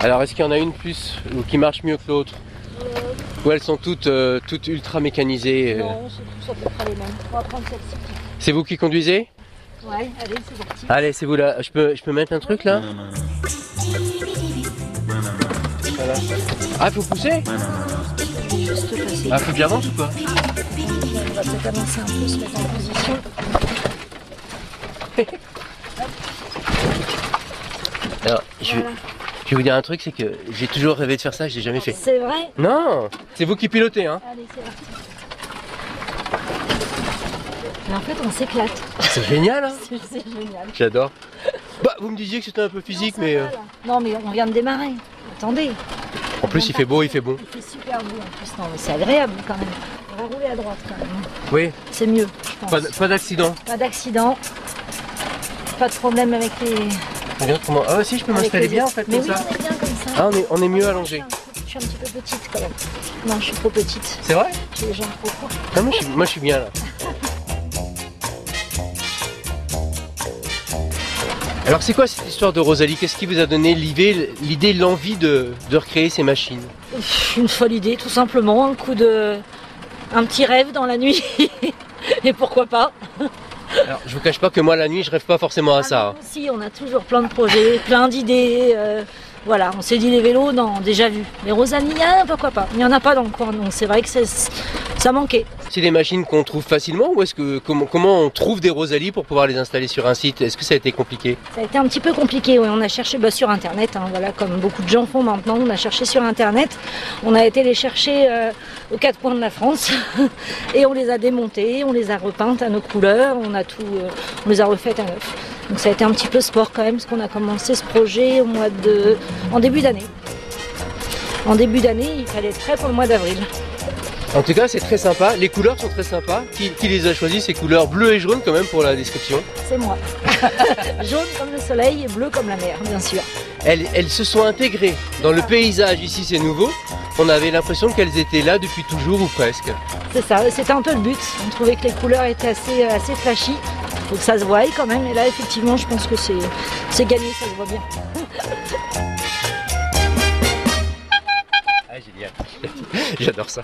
Alors est-ce qu'il y en a une plus ou qui marche mieux que l'autre Ou elles sont toutes, euh, toutes ultra mécanisées euh Non, c'est tous à peu près les mêmes. On va prendre celle-ci. C'est vous qui conduisez Ouais, allez, c'est parti. Allez, c'est vous là. Je peux, je peux mettre un truc là Voilà. Ah, faut pousser Juste passer. Ah, faut que j'avance ou quoi On va peut-être avancer un peu, se mettre en position. Alors, je, Voilà. je vais vous dire un truc, c'est que j'ai toujours rêvé de faire ça, je l'ai jamais fait. C'est vrai Non C'est vous qui pilotez, hein Allez, c'est parti. Mais en fait, on s'éclate. C'est génial, hein C'est- C'est génial. J'adore. Bah, vous me disiez que c'était un peu physique, mais euh, Non, mais on vient de démarrer. Attendez. en plus il fait beau, il fait bon. Il fait super beau en plus. Non, mais c'est agréable quand même. On va rouler à droite quand même. Oui, C'est mieux, je pense. pas, d- pas d'accident. Pas d'accident. Pas de problème avec les. Regarde comment. Ah, si, je peux avec m'installer les- bien en fait Mais comme oui, ça. on est bien comme ça. Ah, on est, on est mieux allongé. Je suis un petit peu petite quand même. Non, je suis trop petite. C'est vrai J'ai les jambes trop courtes. Non, Ah, moi je, suis, moi, je suis bien là. Alors, c'est quoi cette histoire de Rosalie Qu'est-ce qui vous a donné l'idée, l'idée, l'envie de, de recréer ces machines Pff, Une folle idée, tout simplement. Un coup de. Un petit rêve dans la nuit. Et pourquoi pas Alors, je vous cache pas que moi, la nuit, je rêve pas forcément à ça. hein. Si, on a toujours plein de projets, plein d'idées. euh, voilà, on s'est dit les vélos, non, déjà vu. Les Rosalie, ah, pourquoi pas Il n'y en a pas dans le coin, donc c'est vrai que c'est- ça manquait. C'est des machines qu'on trouve facilement ou est-ce que comment, comment on trouve des Rosalie pour pouvoir les installer sur un site Est-ce que ça a été compliqué Ça a été un petit peu compliqué. oui. On a cherché bah, sur Internet, hein, voilà, comme beaucoup de gens font maintenant. On a cherché sur Internet. On a été les chercher euh, aux quatre coins de la France et on les a démontés, on les a repeintes à nos couleurs, on a tout, euh, on les a refaites à neuf. Donc ça a été un petit peu sport quand même, parce qu'on a commencé ce projet au mois de, en début d'année. En début d'année, il fallait être prêt pour le mois d'avril. En tout cas, c'est très sympa. Les couleurs sont très sympas. Qui, qui les a choisies Ces couleurs bleu et jaune, quand même, pour la description. C'est moi. Jaune comme le soleil et bleu comme la mer, bien sûr. Elles, elles se sont intégrées dans le paysage. Ici, c'est nouveau. On avait l'impression qu'elles étaient là depuis toujours ou presque. C'est ça, c'était un peu le but. On trouvait que les couleurs étaient assez, euh, assez flashy. Faut que ça se voie quand même. Et là, effectivement, je pense que c'est c'est gagné, ça se voit bien. Ah, génial. J'adore ça.